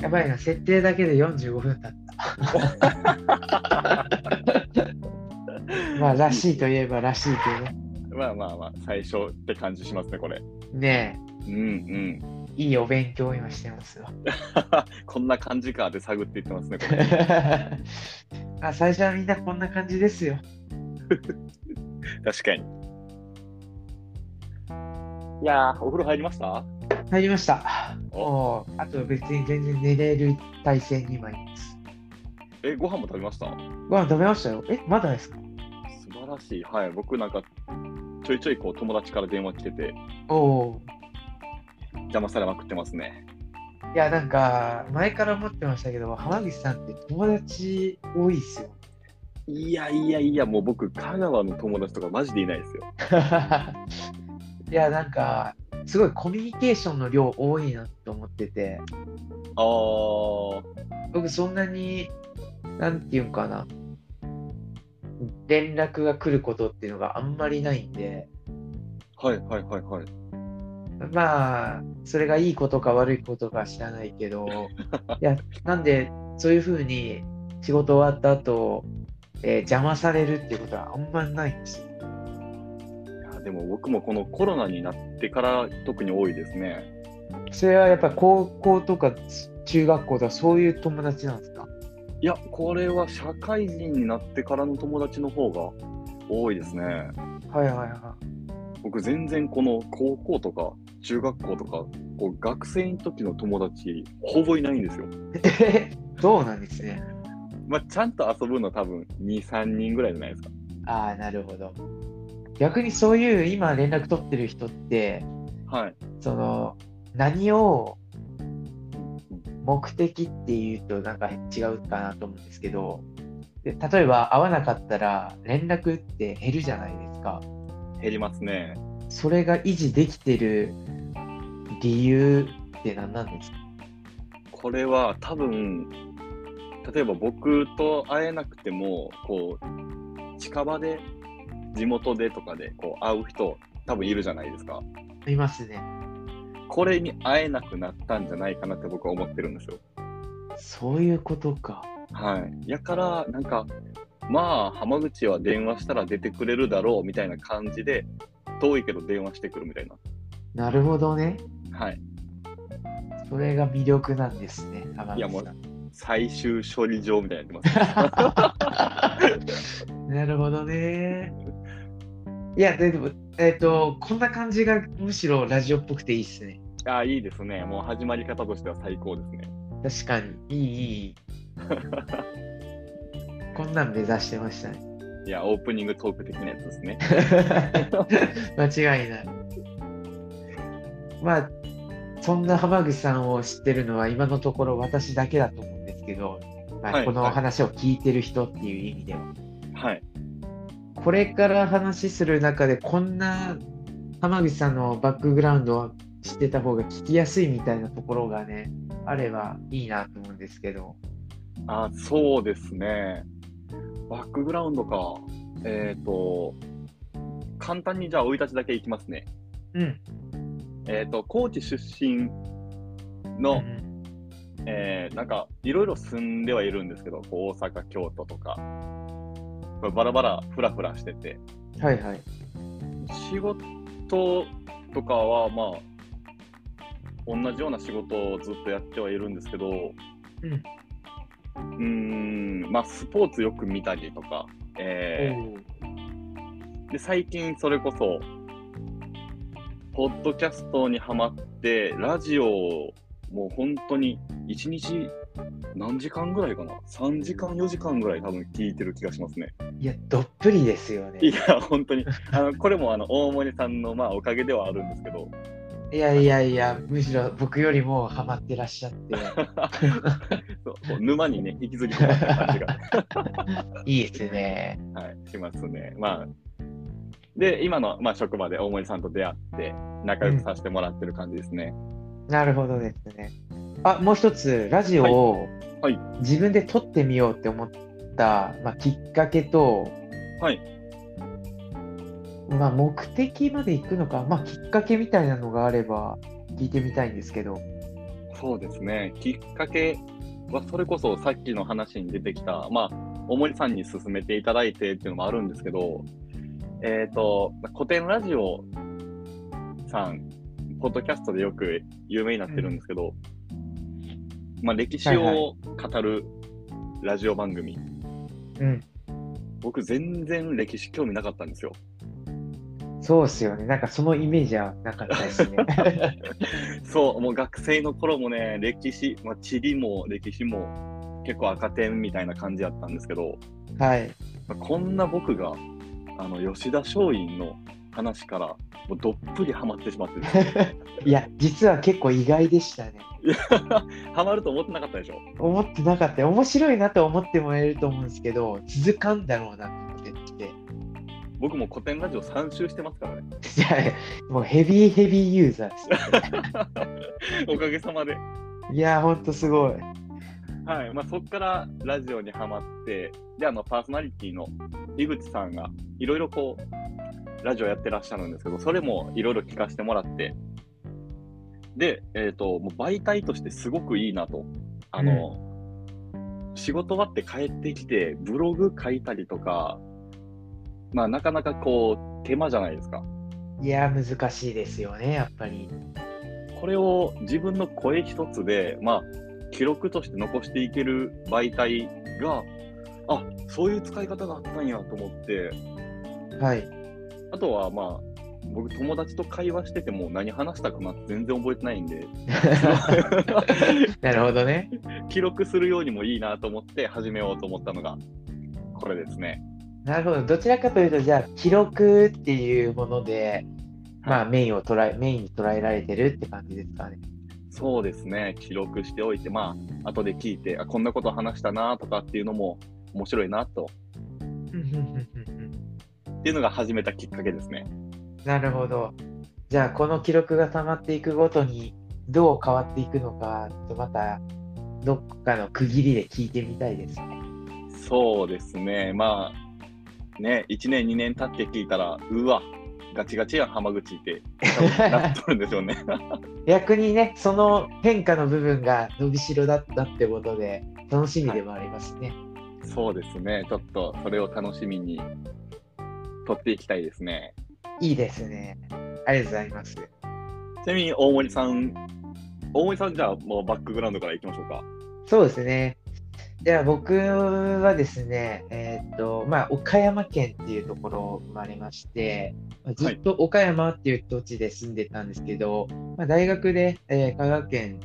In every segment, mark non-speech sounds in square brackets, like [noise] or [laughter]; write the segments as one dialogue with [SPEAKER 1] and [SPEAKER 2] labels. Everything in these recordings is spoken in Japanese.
[SPEAKER 1] やばいな、設定だけで45分だった。まあ、らしいといえばらしいけどね。
[SPEAKER 2] まあまあまあ、最初って感じしますね、これ。
[SPEAKER 1] ね
[SPEAKER 2] うんうん。 [laughs]
[SPEAKER 1] え、いいお勉強を今してますよ。
[SPEAKER 2] こんな感じかで探っていってますね、これ。 [laughs]
[SPEAKER 1] あ最初はみんなこんな感じですよ。
[SPEAKER 2] 確かに。いやー、お風呂入りました
[SPEAKER 1] 入りました。もう、あと別に全然寝れる体勢に今います。
[SPEAKER 2] え、ご飯も食べました
[SPEAKER 1] ご飯食べましたよ。え、まだですか
[SPEAKER 2] 素晴らしい。はい、僕なんか、ちょいちょいこう友達から電話来てて、
[SPEAKER 1] おお
[SPEAKER 2] 邪魔されまくってますね。
[SPEAKER 1] ー。いや、なんか、前から思ってましたけど、浜口さんって友達多いっすよ。
[SPEAKER 2] いやいやいや、もう僕、香川の友達とかマジでいないですよ。
[SPEAKER 1] [laughs] いや、なんか、すごいコミュニケーションの量多いなと思ってて、
[SPEAKER 2] あー、
[SPEAKER 1] 僕そんなに、なんていうんかな、連絡が来ることっていうのがあんまりないんで、
[SPEAKER 2] はいはいはいはい。
[SPEAKER 1] まあ、それがいいことか悪いことか知らないけ [laughs] ど、いや、なんで、そういうふうに仕事終わった後、えー邪魔されるっていうことはあんまりないんですよ。
[SPEAKER 2] いやでも僕もこのコロナになってから特に多いですね。
[SPEAKER 1] それはやっぱ高校とか中学校とかそういう友達なんですか
[SPEAKER 2] いや、これは社会人になってからの友達の方が多いですね。
[SPEAKER 1] はいはいは
[SPEAKER 2] 僕全然この高校とか中学校とかこう学生の時の友達ほぼいないんですよ。
[SPEAKER 1] い。 [laughs] そうなんですね。
[SPEAKER 2] まあ、ちゃんと遊ぶの多分2、3人ぐらいじゃないですか。
[SPEAKER 1] ああ、なるほど。逆にそういう今連絡取ってる人って、
[SPEAKER 2] はい。
[SPEAKER 1] その何を目的っていうとなんか違うかなと思うんですけど、で例えば会わなかったら連絡って減るじゃないですか。
[SPEAKER 2] 減りますね。
[SPEAKER 1] それが維持できてる理由って何なんですか
[SPEAKER 2] これは多分例えば僕と会えなくてもこう近場で地元でとかでこう会う人多分いるじゃないですか
[SPEAKER 1] いますね。
[SPEAKER 2] これに会えなくなったんじゃないかなって僕は思ってるんですよ
[SPEAKER 1] そういうことか。
[SPEAKER 2] はいやからなんかまあ浜口は電話したら出てくれるだろうみたいな感じで遠いけど電話してくるみたい
[SPEAKER 1] なるほどね。
[SPEAKER 2] なはい
[SPEAKER 1] それが魅力なんですね。天海さん
[SPEAKER 2] いやもう最終処理場みたいになってます
[SPEAKER 1] [laughs] なるほどね。いや、ででも、えっ、と、こんな感じがむしろラジオっぽくていいっすね。
[SPEAKER 2] ああいいですねもう始まり方としては最高ですね
[SPEAKER 1] 確かに。いい、いいい
[SPEAKER 2] [laughs]
[SPEAKER 1] い。こんなん目指してましたね。
[SPEAKER 2] [laughs] いやオープニングトーク的なやつですね
[SPEAKER 1] 間違いない。まあ、そんな浜口さんを知ってるのは今のところ私だけだと思うんですけど、まあ
[SPEAKER 2] はい
[SPEAKER 1] この
[SPEAKER 2] は
[SPEAKER 1] お
[SPEAKER 2] い
[SPEAKER 1] 話を聞いてる人っていう意味では。
[SPEAKER 2] はい
[SPEAKER 1] これから話する中でこんな浜口さんのバックグラウンドを知ってた方が聞きやすいみたいなところがねあればいいなと思うんですけど
[SPEAKER 2] あそうですね。バックグラウンドか。えっ、と、簡単にじゃあ、生い立ちだけいきますね。
[SPEAKER 1] うん、
[SPEAKER 2] えっ、と、高知出身
[SPEAKER 1] う
[SPEAKER 2] の、
[SPEAKER 1] ん、
[SPEAKER 2] えーなんか、いろいろ住んではいるんですけど、こう大阪、京都とか、まあバラバラ、ふらふらしてて、
[SPEAKER 1] はいはい
[SPEAKER 2] 仕事とかは、まあ、同じような仕事をずっとやってはいるんですけど、
[SPEAKER 1] うん
[SPEAKER 2] うーん、まあ、スポーツよく見たりとか、えー
[SPEAKER 1] おう
[SPEAKER 2] で最近それこそポッドキャストにハマってラジオをもう本当に1日何時間ぐらいかな3時間4時間ぐらい多分聞いてる気がしますね
[SPEAKER 1] いやどっぷりですよね
[SPEAKER 2] いや本当にあのこれもあの大森さんのまあおかげではあるんですけど [laughs]
[SPEAKER 1] いやいやいやむしろ僕よりもハマってらっしゃって
[SPEAKER 2] そうこう沼にね引きずり込まれた感じが、
[SPEAKER 1] [laughs] いいですね
[SPEAKER 2] はい、しますねまあで今の、まあ、職場で大森さんと出会って仲良くさせてもらってる感じですね、
[SPEAKER 1] なるほどですねあもう一つラジオを
[SPEAKER 2] はい
[SPEAKER 1] 自分で撮ってみようって思った、まあ、きっかけと
[SPEAKER 2] はい
[SPEAKER 1] まあ、目的まで行くのか、まあ、きっかけみたいなのがあれば聞いてみたいんですけど。
[SPEAKER 2] そうですね。きっかけは、それこそさっきの話に出てきた、まあ、大森さんに勧めていただいてっていうのもあるんですけど、えっ、と、古典ラジオさん、ポッドキャストでよく有名になってるんですけど、まあ、歴史
[SPEAKER 1] はいは
[SPEAKER 2] を語るラジオ番組、
[SPEAKER 1] うん。
[SPEAKER 2] 僕、全然歴史興味なかったんですよ。 [laughs]
[SPEAKER 1] そうっすよね。なんかそのイメージはなかったですね。
[SPEAKER 2] [laughs] そう、もう学生の頃もね、歴史、まあ、地理も歴史も結構赤点みたいな感じだったんですけど、
[SPEAKER 1] はい。 [laughs]
[SPEAKER 2] まあこんな僕があの吉田松陰の話からもうどっぷりハマってしまって
[SPEAKER 1] [laughs]
[SPEAKER 2] る
[SPEAKER 1] いや、実は結構意外でしたね。
[SPEAKER 2] ハマると思ってなかったでしょ
[SPEAKER 1] 思ってなかった。面白いなと思ってもらえると思うんですけど、続かんだろうなって思って。
[SPEAKER 2] 僕も古典ラジオ3周してますからね
[SPEAKER 1] [laughs] じゃあ、もうヘビーヘビーユーザーです。
[SPEAKER 2] おかげさまで、
[SPEAKER 1] いやー、ほんとすごい。
[SPEAKER 2] はいまあ、そこからラジオにハマってであのパーソナリティの井口さんがいろいろこうラジオやってらっしゃるんですけどそれもいろいろ聞かせてもらってで、えー、ともう媒体としてすごくいいなとあの、仕事終わって帰ってきてブログ書いたりとかまあなかなかこう手間じゃないですか
[SPEAKER 1] いやー、難しいですよね、やっぱり。
[SPEAKER 2] これを自分の声一つで、まあ、記録として残していける媒体が、あそういう使い方があったんやと思って、
[SPEAKER 1] はい。
[SPEAKER 2] あとはまあ、僕、友達と会話してても何話したかなって全然覚えてないんで、
[SPEAKER 1] なるほどね。
[SPEAKER 2] 記録するようにもいいなと思って始めようと思ったのが、これですね。
[SPEAKER 1] なるほど。どちらかというと、じゃあ、記録っていうもので、まあ、メインを捉え、メインに捉えられてるって感じですかね。
[SPEAKER 2] そうですね、記録しておいて、まあ、後で聞いて、あこんなこと話したなとかっていうのも面白いなと、っていうのが始めたきっかけですね。
[SPEAKER 1] なるほど。じゃあ、この記録が溜まっていくごとに、どう変わっていくのか、ちょっとまた、どっかの区切りで聞いてみたいですね。
[SPEAKER 2] そうですね、まあ、ね、1年、2年経って聞いたら、うわ、ガチガチやん、浜口って、なっとるんでしょ
[SPEAKER 1] [laughs]
[SPEAKER 2] うね。
[SPEAKER 1] 逆にね、その変化の部分が伸びしろだったってことで、楽しみでもありますね。
[SPEAKER 2] そうですね、ちょっとそれを楽しみに、撮っていきたいですね。
[SPEAKER 1] い、いですね。ありがとうございます。
[SPEAKER 2] ちなみに、大森さん、大森さん、じゃあ、もうバックグラウンドからいきましょうか。
[SPEAKER 1] そうですね。じゃあ僕はですね、えーっとまあ、岡山県っていうところ生まれまして、まあずっと岡山っていう土地で住んでたんですけど、まあ、大学で、えー香川県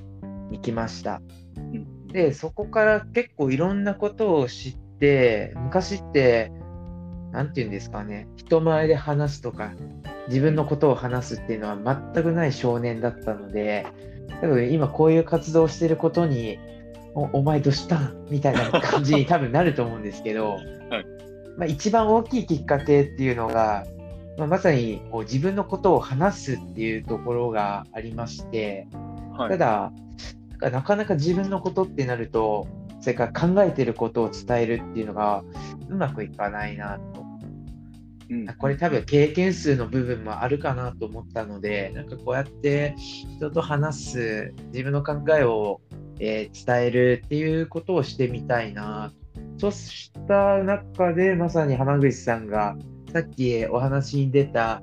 [SPEAKER 1] に来ました。
[SPEAKER 2] うん
[SPEAKER 1] でそこから結構いろんなことを知って昔って何て言うんですかね人前で話すとか自分のことを話すっていうのは全くない少年だったので多分今こういう活動をしてることにおお前どうしたんみたいな感じに
[SPEAKER 2] [laughs]
[SPEAKER 1] 多分なると思うんですけど、
[SPEAKER 2] はい
[SPEAKER 1] まあ、一番大きいきっかけっていうのが、まあまさにこう自分のことを話すっていうところがありまして。
[SPEAKER 2] はい、
[SPEAKER 1] ただなんかなかなか自分のことってなるとそれから考えてることを伝えるっていうのがうまくいかないなと
[SPEAKER 2] うん
[SPEAKER 1] これ多分経験数の部分もあるかなと思ったのでなんかこうやって人と話す自分の考えを、えー伝えるっていうことをしてみたいなそうした中でまさに浜口さんがさっきお話に出た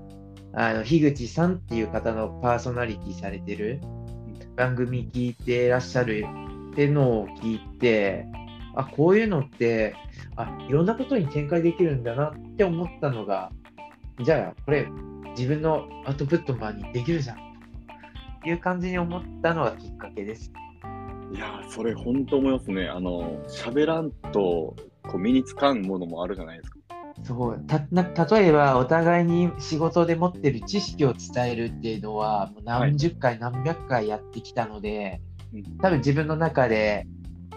[SPEAKER 1] あの樋口さんっていう方のパーソナリティされてる番組聞いてらっしゃるってのを聞いてあこういうのってあいろんなことに展開できるんだなって思ったのがじゃあこれ自分のアウトプットマンにできるじゃんという感じに思ったのがきっかけです。
[SPEAKER 2] いやー、それ、本当思いますね。あの、喋らんと、こう身につかんものもあるじゃないですか。
[SPEAKER 1] そうたな例えばお互いに仕事で持ってる知識を伝えるっていうのはもう何十回何百回やってきたので、
[SPEAKER 2] うん
[SPEAKER 1] 多分自分の中で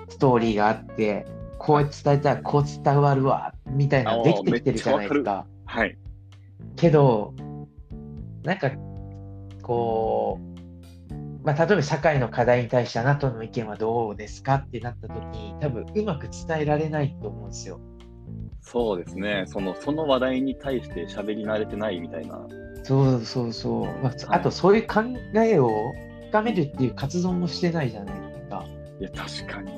[SPEAKER 1] ストーリーがあってこう伝えたらこう伝わるわみたいなのできてきてるじゃないですか。
[SPEAKER 2] はい。
[SPEAKER 1] けどなんかこう、まあ、例えば社会の課題に対してあなたの意見はどうですかってなった時に多分うまく伝えられないと思うんですよ。
[SPEAKER 2] そうですね、そのその話題に対して喋り慣れてないみたいな。
[SPEAKER 1] そうそうそう、まあ、
[SPEAKER 2] はい
[SPEAKER 1] あとそういう考えを深めるっていう活動もしてないじゃないですか。
[SPEAKER 2] いや、確かに。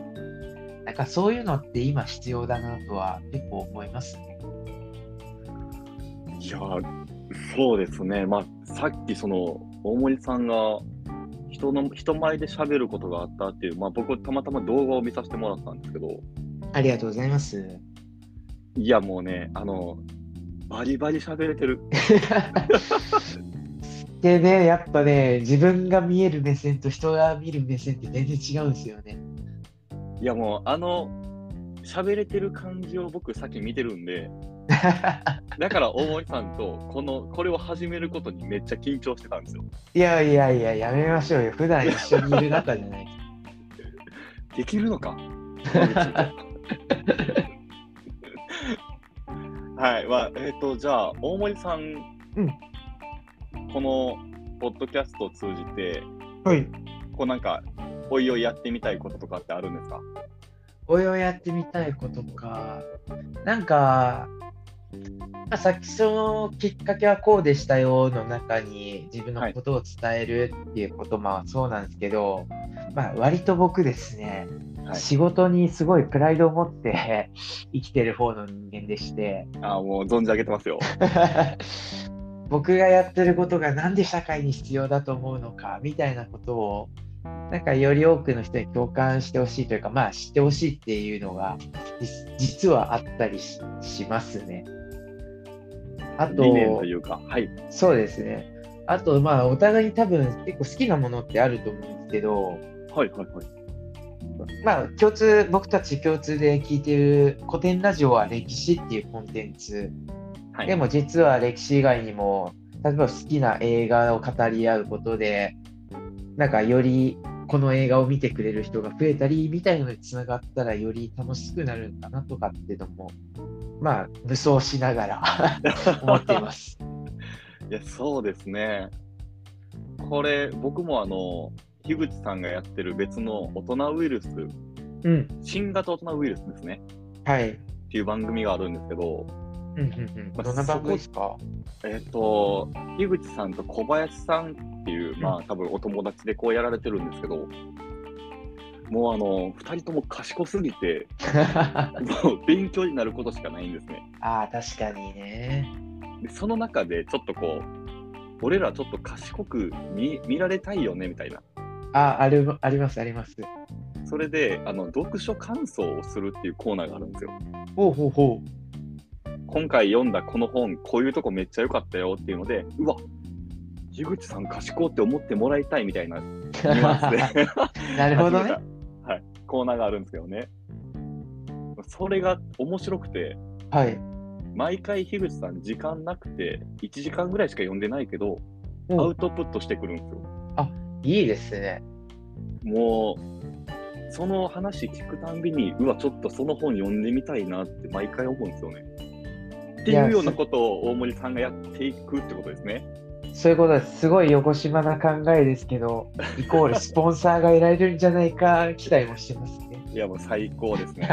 [SPEAKER 1] なんかそういうのって今必要だなとは結構思いますね。
[SPEAKER 2] いや、そうですね。まあ、さっきその、大森さんが、人の人前で喋ることがあったっていう、まあ、僕、たまたま動画を見させてもらったんですけど、
[SPEAKER 1] ありがとうございます。
[SPEAKER 2] いや、もうね、あの、バリバリ喋れてる。
[SPEAKER 1] でね、やっぱね、自分が見える目線と人が見る目線って全然違うんですよね。
[SPEAKER 2] いや、もう、あの、喋れてる感じを僕、さっき見てるん [laughs] で、だから大森さんと、この、これを始めることにめっちゃ緊張してたんですよ。
[SPEAKER 1] いやいやいや、やめましょうよ。普段一緒にいる中じゃない。
[SPEAKER 2] できるのか [laughs] はい、まあ、えっ、と、じゃあ、大森さん、
[SPEAKER 1] うん
[SPEAKER 2] この、ポッドキャストを通じて、
[SPEAKER 1] はい。
[SPEAKER 2] こうなんか、おいおいやってみたいこととかってあるんですか
[SPEAKER 1] おいをやってみたいことか、なんか、まあさっきそのきっかけはこうでしたよの中に自分のことを伝えるっていうこともそうなんですけど、まあ割と僕ですね、
[SPEAKER 2] はい
[SPEAKER 1] 仕事にすごいプライドを持って生きてる方の人間でして、
[SPEAKER 2] あーもう存じ上げてますよ。
[SPEAKER 1] [laughs] 僕がやってることがなんで社会に必要だと思うのかみたいなことをなんかより多くの人に共感してほしいというかまあ知ってほしいっていうのが実実はあったりししますね。あと
[SPEAKER 2] 理念というか、はい。
[SPEAKER 1] そうですね。あとまあお互いに多分結構好きなものってあると思うんですけど
[SPEAKER 2] はいはいはい。
[SPEAKER 1] まあ共通僕たち共通で聞いてる古典ラジオは歴史っていうコンテンツ
[SPEAKER 2] はい、
[SPEAKER 1] でも実は歴史以外にも例えば好きな映画を語り合うことでなんかよりこの映画を見てくれる人が増えたりみたいなのにつながったらより楽しくなるんだなとかっていうのもまあ無双しながら [laughs] 思っています。
[SPEAKER 2] いや、そうですね。これ、僕もあの、樋口さんがやってる別の大人ウイルス、
[SPEAKER 1] うん、
[SPEAKER 2] 新型大人ウイルスですね。
[SPEAKER 1] はい、
[SPEAKER 2] っていう番組があるんですけど、
[SPEAKER 1] うんうんうん、どんな番組ですか
[SPEAKER 2] えっ、と、樋口さんと小林さんっていう、まあ多分お友達でこうやられてるんですけど、もうあの、二人とも賢すぎて、
[SPEAKER 1] あ
[SPEAKER 2] もう勉強になることしかないんですね。
[SPEAKER 1] [laughs] あー確かにね。
[SPEAKER 2] で、その中でちょっとこう、俺らちょっと賢く見見られたいよねみたいな。
[SPEAKER 1] ああるありますあります。
[SPEAKER 2] それで、あの、読書感想をするっていうコーナーがあるんですよ。
[SPEAKER 1] ほうほうほう。
[SPEAKER 2] 今回読んだこの本、こういうとこめっちゃ良かったよっていうので、うわ、樋口さん賢って思ってもらいたいみたいなニ
[SPEAKER 1] [laughs]
[SPEAKER 2] ュアンスで。
[SPEAKER 1] なるほど
[SPEAKER 2] 始め
[SPEAKER 1] ね。
[SPEAKER 2] た。はい、コーナーがあるんですけどね。それが面白くて、
[SPEAKER 1] はい。
[SPEAKER 2] 毎回樋口さん時間なくて、1時間ぐらいしか読んでないけど、ア
[SPEAKER 1] お
[SPEAKER 2] ウトプットしてくるんですよ。
[SPEAKER 1] いいですね。
[SPEAKER 2] もう、その話聞くたんびに、うわ、ちょっとその本読んでみたいなって毎回思うんですよね。っていうようなことを大森さんがやっていくってことですね。
[SPEAKER 1] そういうことです。すごい横島な考えですけど、イコールスポンサーが得られるんじゃないか、期待もしてますね。
[SPEAKER 2] いや、もう最高です
[SPEAKER 1] [laughs]
[SPEAKER 2] ね。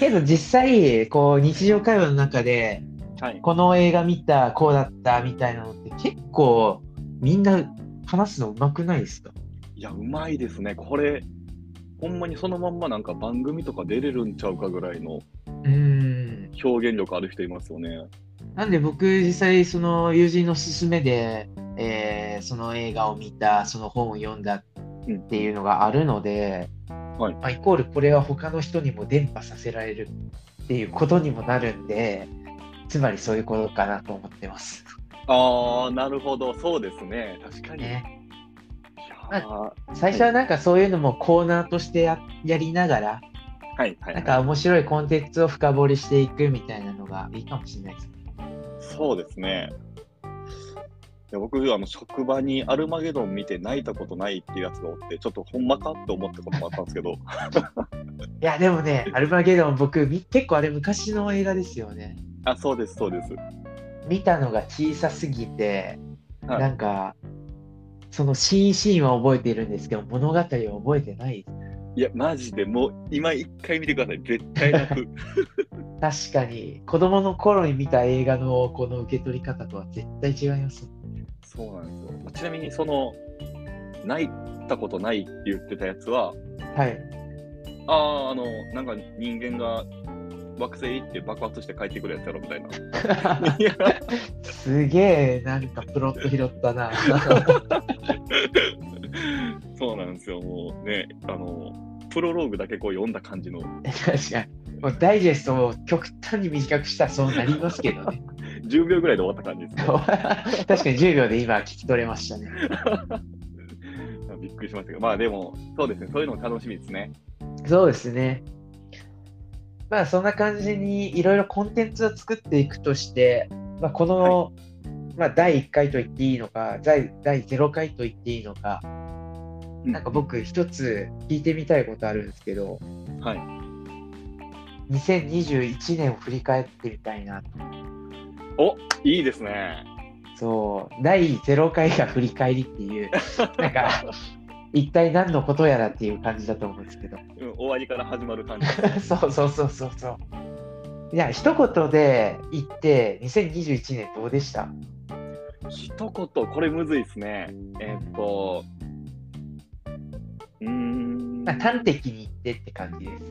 [SPEAKER 1] けど実際、こう、日常会話の中で、
[SPEAKER 2] はい。
[SPEAKER 1] この映画見た、こうだった、みたいなのって結構、みんな話すのうまくないですか
[SPEAKER 2] いや、うまいですね。これ、ほんまにそのまんまなんか番組とか出れるんちゃうかぐらいの
[SPEAKER 1] うーん。
[SPEAKER 2] 表現力ある人いますよね。
[SPEAKER 1] なんで僕、実際、その友人の勧めで、えーその映画を見た、その本を読んだっていうのがあるので、
[SPEAKER 2] はい
[SPEAKER 1] まあ、イコールこれは他の人にも伝播させられるっていうことにもなるんで、つまりそういうことかなと思ってます。
[SPEAKER 2] あー、なるほど。そうですね。確かに。いや
[SPEAKER 1] ね、
[SPEAKER 2] ーは
[SPEAKER 1] 最初はなんかそういうのもコーナーとしてややりながら、
[SPEAKER 2] いはい、は
[SPEAKER 1] なん
[SPEAKER 2] い。
[SPEAKER 1] か面白いコンテンツを深掘りしていくみたいなのがいいかもしれないですね。
[SPEAKER 2] そうですね。いや僕あの職場にアルマゲドン見て泣いたことないっていうやつがおってちょっとほんまかって思ったこともあったんですけど
[SPEAKER 1] いや、でもね、アルマゲドン僕、み結構あれ昔の映画ですよね。
[SPEAKER 2] [laughs] あそうですそうです
[SPEAKER 1] 見たのが小さすぎて、
[SPEAKER 2] はい
[SPEAKER 1] なんか、そのシーンシーンは覚えているんですけど、物語は覚えてない
[SPEAKER 2] いやマジでもう今一回見てください絶対泣く
[SPEAKER 1] 確かに子供の頃に見た映画のこの受け取り方とは絶対違います
[SPEAKER 2] [laughs] そうなんですよ。まあちなみに、その、泣いたことないって言ってたやつは、
[SPEAKER 1] はい。
[SPEAKER 2] ああ、あの、なんか人間が惑星行って爆発して帰ってくるやつやろみたいな。いや
[SPEAKER 1] [laughs] すげえ、なんかプロット拾ったな。 [laughs]
[SPEAKER 2] そうなんですよ。もうね、あの、プロローグだけこう読んだ感じの。
[SPEAKER 1] 確かに。もうダイジェストを極端に短くしたらそうなりますけどね。 [laughs]
[SPEAKER 2] 10秒ぐらいで終わった感じです、
[SPEAKER 1] 確かに10秒で今聞き取れましたね。 [laughs]
[SPEAKER 2] ね。びっくりしましたけど、まあでも、そうですね、そういうのも楽しみですね。
[SPEAKER 1] そうですね。まあそんな感じにいろいろコンテンツを作っていくとして、まあ、この、まあ、第1回と言っていいのか第第0回と言っていいのかなんか僕一つ聞いてみたいことあるんですけど、
[SPEAKER 2] はい
[SPEAKER 1] 2021年を振り返ってみたいな
[SPEAKER 2] うんいいですね。
[SPEAKER 1] そう第0回が振り返りって
[SPEAKER 2] [laughs]
[SPEAKER 1] いうなんか一体何のことやらっていう感じだと思うんですけど。
[SPEAKER 2] うん、終わりから始まる感じ。
[SPEAKER 1] [laughs] そうそうそうそうそう。いや、一言で言って、2021年どうでした
[SPEAKER 2] 一言、これむずいですね。えっと、うーん。
[SPEAKER 1] まあ端的に言ってって感じです。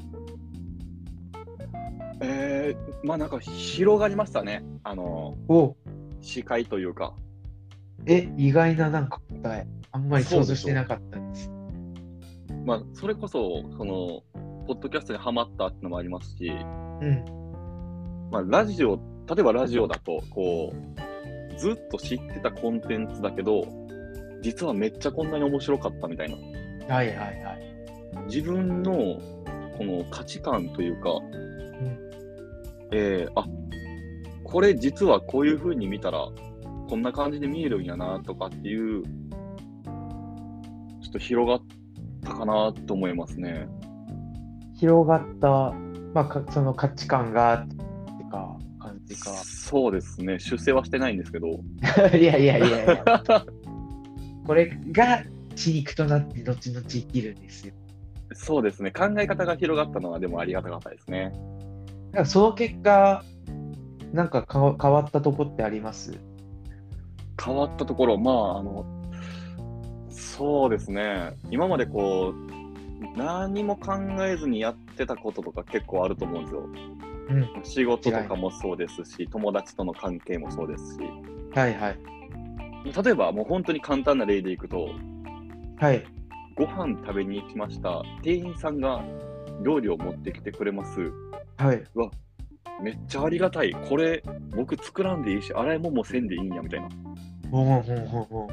[SPEAKER 2] えー、まあなんか広がりましたね。あの、
[SPEAKER 1] お
[SPEAKER 2] 視界というか。
[SPEAKER 1] え、意外ななんか答え。あんまり想像してなかったんです。
[SPEAKER 2] まあ、それこそ、その、ポッドキャストにハマったってのもありますし、
[SPEAKER 1] うん。
[SPEAKER 2] まあ、ラジオ、例えばラジオだと、こう、ずっと知ってたコンテンツだけど、実はめっちゃこんなに面白かったみたいな。
[SPEAKER 1] はいはいはい。
[SPEAKER 2] 自分のこの価値観というか、
[SPEAKER 1] ん
[SPEAKER 2] えーあこれ実はこういう風に見たらこんな感じで見えるんやなとかっていうちょっと広がったかなと思いますね。
[SPEAKER 1] 広がった、まあか、その価値観が、ってか、感じ
[SPEAKER 2] そうですね出世はしてないんですけど
[SPEAKER 1] か。 [laughs] いやいやいやいや。これが血肉となって後々生きるんですよ。
[SPEAKER 2] そうですね考え方が広がったのはでもありがたかったです
[SPEAKER 1] だ
[SPEAKER 2] ね。
[SPEAKER 1] からその結果、なんかかわ変わったとこってあります
[SPEAKER 2] 変わったところ、まあ、あの、そうですね、今までこう、何も考えずにやってたこととか結構あると思うんですよ。
[SPEAKER 1] うん。
[SPEAKER 2] 仕事とかもそうですし、友達との関係もそうですし、
[SPEAKER 1] はいはい。
[SPEAKER 2] 例えばもう本当に簡単な例でいくと、
[SPEAKER 1] はい。
[SPEAKER 2] ご飯食べに行きました、店員さんが料理を持ってきてくれます。
[SPEAKER 1] はい。
[SPEAKER 2] めっちゃありがたい。これ、僕作らんでいいし、洗い物もせんでいいんや、みたいな。
[SPEAKER 1] ほんほんほんほん。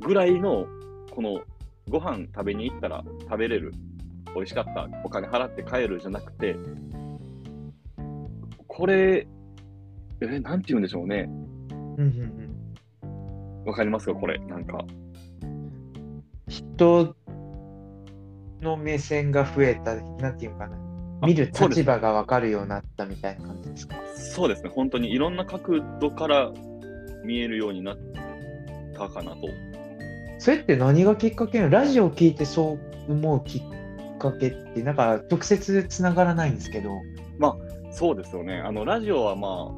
[SPEAKER 2] ぐらいのこのご飯食べに行ったら食べれる美味しかったお金払って帰るじゃなくてこれえなんて言うんでしょうね
[SPEAKER 1] うんうんうん。
[SPEAKER 2] わかりますかこれなんか
[SPEAKER 1] 人の目線が増えた、なんていうかな。
[SPEAKER 2] あ
[SPEAKER 1] 見る
[SPEAKER 2] そうです
[SPEAKER 1] 立場が分かるようになったみたいな感じですか。
[SPEAKER 2] そうですね本当にいろんな角度から見えるようになったかなと
[SPEAKER 1] それって何がきっかけなのラジオを聞いてそう思うきっかけって、なんか直接つながらないんですけど。
[SPEAKER 2] そうですよねあのラジオはま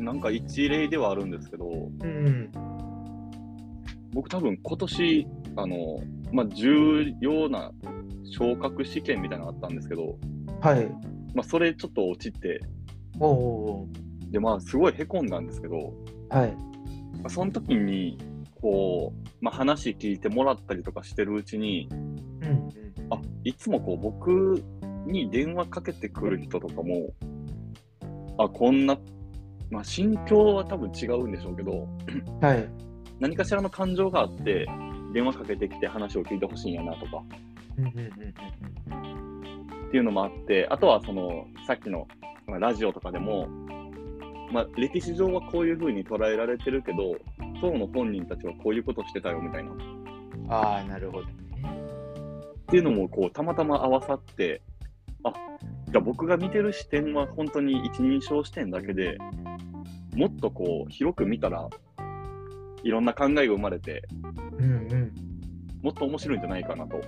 [SPEAKER 2] あなんか一例ではあるんですけど
[SPEAKER 1] うん。
[SPEAKER 2] 僕多分今年あの、まあ、重要な昇格試験みたいなのがあったんですけど、
[SPEAKER 1] はい。
[SPEAKER 2] まあ、それちょっと落ちて、
[SPEAKER 1] おうおう
[SPEAKER 2] で、まあ、すごいへこんだんですけど、
[SPEAKER 1] おうはい。
[SPEAKER 2] まあその時に、こう、まあ、話聞いてもらったりとかしてるうちに、
[SPEAKER 1] うんうん。
[SPEAKER 2] あ、いつもこう、僕に電話かけてくる人とかも、あ、こんな、まあ、心境は多分違うんでしょうけど、
[SPEAKER 1] はい。
[SPEAKER 2] 何かしらの感情があって、電話かけてきて話を聞いてほしいんやなとか
[SPEAKER 1] うんうんうんうん
[SPEAKER 2] っていうのもあって、あとはその、さっきの、まあ、ラジオとかでも、まあ、歴史上はこういう風に捉えられてるけど、当の本人たちはこういうことしてたよみたいな、っ
[SPEAKER 1] うん。ああ、なるほどね。
[SPEAKER 2] ていうのもこうたまたま合わさって、あじゃあ僕が見てる視点は本当に一人称視点だけでもっとこう広く見たらいろんな考えが生まれて、
[SPEAKER 1] うんうん。
[SPEAKER 2] もっと面白いんじゃないかなと。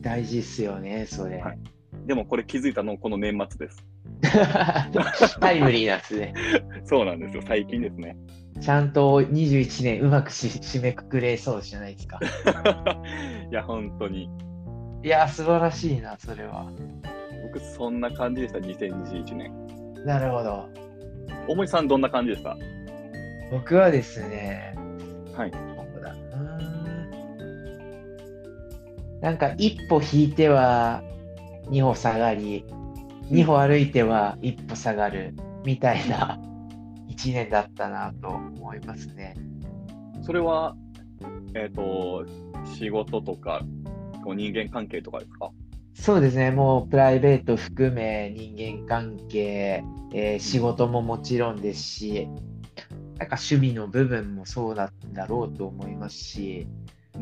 [SPEAKER 1] 大事っすよね、それ。
[SPEAKER 2] はいでもこれ気づいたのこの年末です。
[SPEAKER 1] タイムリーなっすね。
[SPEAKER 2] そうなんですよ、最近ですね。
[SPEAKER 1] ちゃんと21年うまくし締めくくれそうじゃないです
[SPEAKER 2] [laughs]
[SPEAKER 1] か。
[SPEAKER 2] いや、本当に。
[SPEAKER 1] いや、素晴らしいな、それは。
[SPEAKER 2] 僕、そんな感じでした、2021年。
[SPEAKER 1] なるほど。
[SPEAKER 2] 大森さん、どんな感じでした
[SPEAKER 1] 僕はですね、
[SPEAKER 2] はい。
[SPEAKER 1] どこだななんか一歩引いては二歩下がり、二歩歩いては一歩下がるみたいな一年だったなと思いますね。
[SPEAKER 2] それは、えっ、と、仕事とか、こう人間関係とかですか
[SPEAKER 1] そうですね、もうプライベート含め人間関係、えー仕事ももちろんですし、なんか趣味の部分もそうなんだろうと思いますし、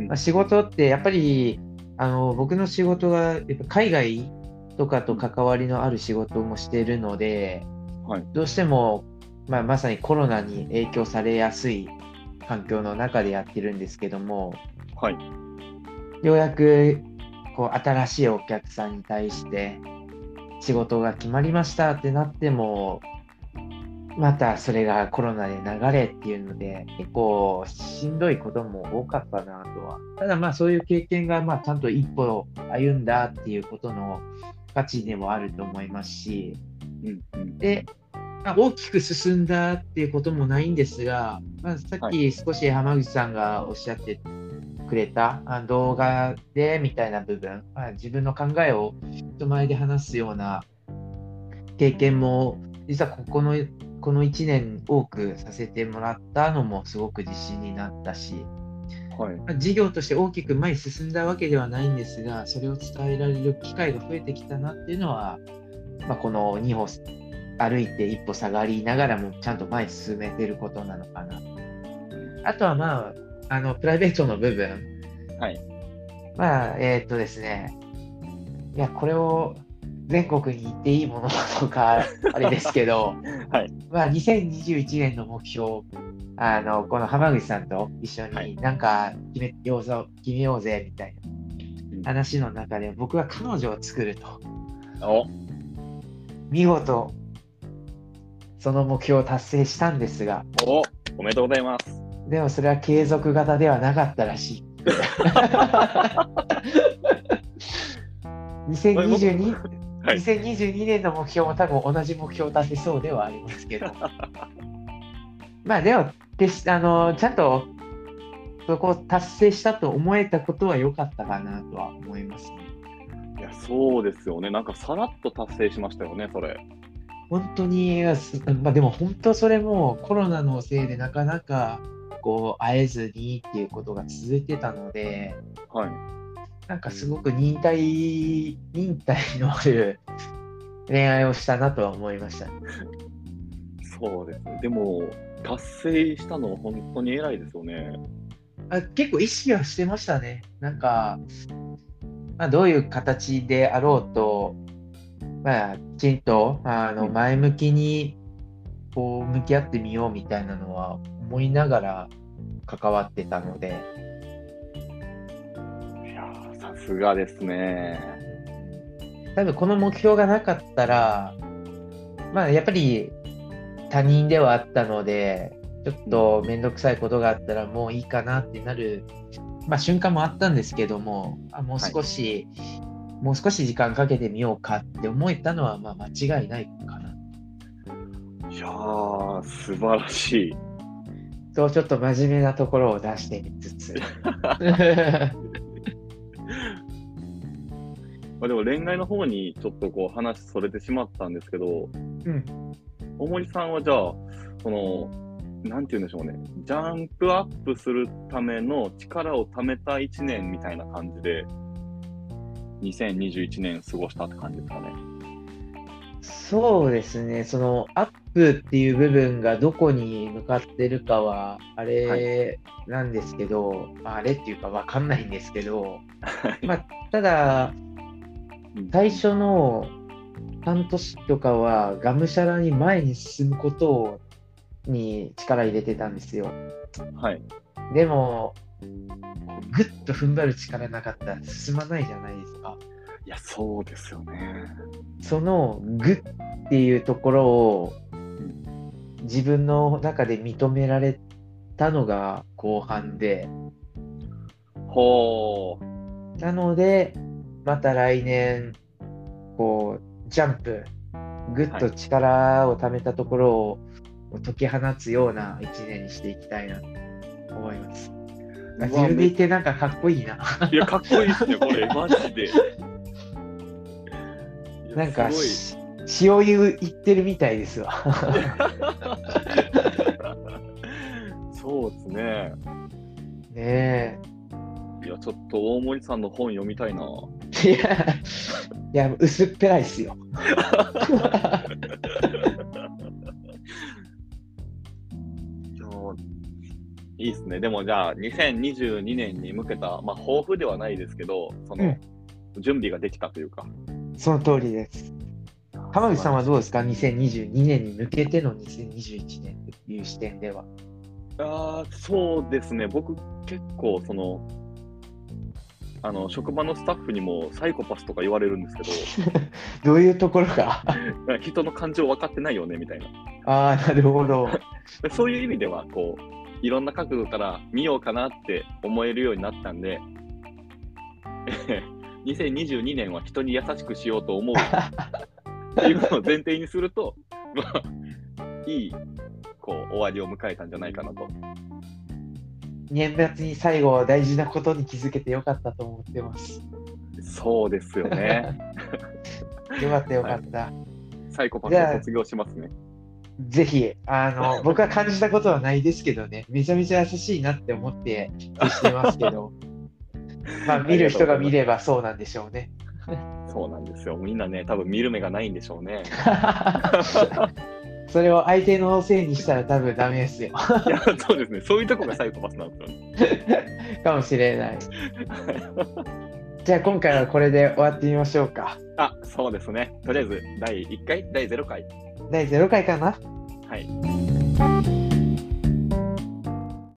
[SPEAKER 1] まあ、仕事ってやっぱりあの僕の仕事がやっぱ海外とかと関わりのある仕事もしているので、
[SPEAKER 2] はい
[SPEAKER 1] どうしても、まあ、まさにコロナに影響されやすい環境の中でやってるんですけども
[SPEAKER 2] はい。
[SPEAKER 1] ようやくこう新しいお客さんに対して仕事が決まりましたってなってもまたそれがコロナで流れっていうので結構しんどいことも多かったなとはただまあそういう経験がまあちゃんと一歩歩んだっていうことの価値でもあると思いますし
[SPEAKER 2] うん、うん。
[SPEAKER 1] で、まあ大きく進んだっていうこともないんですが、まあ、さっ
[SPEAKER 2] は
[SPEAKER 1] き少し浜口さんがおっしゃってくれた、あ動画でみたいな部分、まあ、自分の考えを人前で話すような経験も実はここのこの1年多くさせてもらったのもすごく自信になったし、
[SPEAKER 2] はい。
[SPEAKER 1] まあ事業として大きく前に進んだわけではないんですがそれを伝えられる機会が増えてきたなっていうのは、まあ、この2歩歩いて一歩下がりながらもちゃんと前に進めてることなのかなあとはまああのプライベートの部分
[SPEAKER 2] はい
[SPEAKER 1] まあえーっとですねいやこれを全国に行っていいものと
[SPEAKER 2] [laughs]
[SPEAKER 1] かあれですけど、
[SPEAKER 2] はい
[SPEAKER 1] まあ、2021年の目標あのこの浜口さんと一緒
[SPEAKER 2] は
[SPEAKER 1] に
[SPEAKER 2] い
[SPEAKER 1] なんか決めようぞ、決めようぜみたい
[SPEAKER 2] うん
[SPEAKER 1] な話の中で僕は彼女を作ると
[SPEAKER 2] お
[SPEAKER 1] 見事その目標を達成したんですが
[SPEAKER 2] おおめでとうございます。
[SPEAKER 1] でもそれは継続型ではなかったら
[SPEAKER 2] [laughs]
[SPEAKER 1] しい。2022,
[SPEAKER 2] はい
[SPEAKER 1] 2022年の目標も多分同じ目標を達成そうではありますけど [laughs] まあでも決してあのちゃんとそこを達成したと思えたことは良かったかなとは思いますね
[SPEAKER 2] いや、そうですよね。なんかさらっと達成しましたよね、それ。
[SPEAKER 1] 本当に、すまあ、でも本当それもコロナのせいでなかなかこう会えずにっていうことが続いてたので
[SPEAKER 2] はい。
[SPEAKER 1] なんかすごく忍耐、忍耐のある恋愛をしたなとは思いました。
[SPEAKER 2] そうですね。でも、達成したのは本当に偉いですよね。
[SPEAKER 1] あ結構意識はしてましたね。なんか、まあ、どういう形であろうと、まあ、きちんとあの
[SPEAKER 2] うん
[SPEAKER 1] 前向きにこう向き合ってみようみたいなのは思いながら関わってたので、
[SPEAKER 2] いやーさすがですね。
[SPEAKER 1] 多分この目標がなかったら、まあやっぱり他人ではあったので、ちょっと面倒くさいことがあったらもういいかなってなる、まあ、瞬間もあったんですけども、あもう少し、もう少し時間かけてみようかって思えたのはまあ間違いないかな。
[SPEAKER 2] いやー、素晴らしい。
[SPEAKER 1] そうちょっと真面目なところを出してみつつ。
[SPEAKER 2] まあ、でも恋愛の方にちょっとこう話それてしまったんですけど、
[SPEAKER 1] うん
[SPEAKER 2] 大森さんはじゃあ、その、なんて言うんでしょうね、ジャンプアップするための力を貯めた1年みたいな感じで、2021年過ごしたって感じですかね。
[SPEAKER 1] そうですね、そのアップっていう部分がどこに向かってるかは、あれなんですけど、まああれっていうか分かんないんですけど、まあ、ただ、 [laughs] 最初の半年とかは、がむしゃらに前に進むことをに力入れてたんですよ。
[SPEAKER 2] はい。
[SPEAKER 1] でも、ぐっと踏ん張る力なかったら進まないじゃないですか。
[SPEAKER 2] いや、そうですよね。
[SPEAKER 1] そのグっていうところを自分の中で認められたのが後半で、
[SPEAKER 2] ほう。
[SPEAKER 1] なので、また来年、こう、ジャンプ、ぐっと力をためたところを解き放つような一年にしていきたいなと思います。あ
[SPEAKER 2] う
[SPEAKER 1] 自
[SPEAKER 2] わ
[SPEAKER 1] 分で言ってなんかかっこいいな。
[SPEAKER 2] いや、かっこいいっすね、こ
[SPEAKER 1] [laughs]
[SPEAKER 2] れ、マジで。いや
[SPEAKER 1] なんか
[SPEAKER 2] す
[SPEAKER 1] し、塩湯言ってるみたいですわ。
[SPEAKER 2] ごい。そうですね。
[SPEAKER 1] ね
[SPEAKER 2] いや、ちょっと大森さんの本読みたいな。
[SPEAKER 1] え。いや、いや薄っぺらいっすよ。
[SPEAKER 2] いやいいですね。でもじゃあ、2022年に向けた、まあ、抱負ではないですけど、その、準備ができたというか。
[SPEAKER 1] その通りです。浜口さんはどうですか ?2022 年に向けての2021年という視点では。
[SPEAKER 2] あーそうですね、僕、結構、その、あの職場のスタッフにもサイコパスとか言われるんです [laughs] け
[SPEAKER 1] どういうところが [laughs]
[SPEAKER 2] ど、人の感情分かってないよねみたいな、
[SPEAKER 1] ああ、なるほど。
[SPEAKER 2] そういう意味では、こう、いろんな角度から見ようかなって思えるようになったんで、2022年は人に優しくしようと思うっていうのを前提にすると、まあ、いい、こう、終わりを迎えたんじゃないかなと。
[SPEAKER 1] 年末に最後は大事なことに気づけてよかったと思ってます。
[SPEAKER 2] そうですよね。
[SPEAKER 1] よかったよかった。
[SPEAKER 2] サイコパスを卒業しますね。
[SPEAKER 1] ぜひ、あの、僕は感じたことはないですけどね、めちゃめちゃ優しいなって思って接してますけど、まあ、見る人が見ればそうなんでしょうね。
[SPEAKER 2] そうなんですよ。みんなね、多分見る目がないんでしょうね。
[SPEAKER 1] それを相手のせいにしたら多分ダメですよ。
[SPEAKER 2] いや、そうですね。そういうとこがサイコパスなんですよね。
[SPEAKER 1] かもしれない。じゃあ今回はこれで終わってみましょうか。
[SPEAKER 2] あ、そうですね。とりあえず、第1回、第0回。
[SPEAKER 1] 第0回かな
[SPEAKER 2] はい。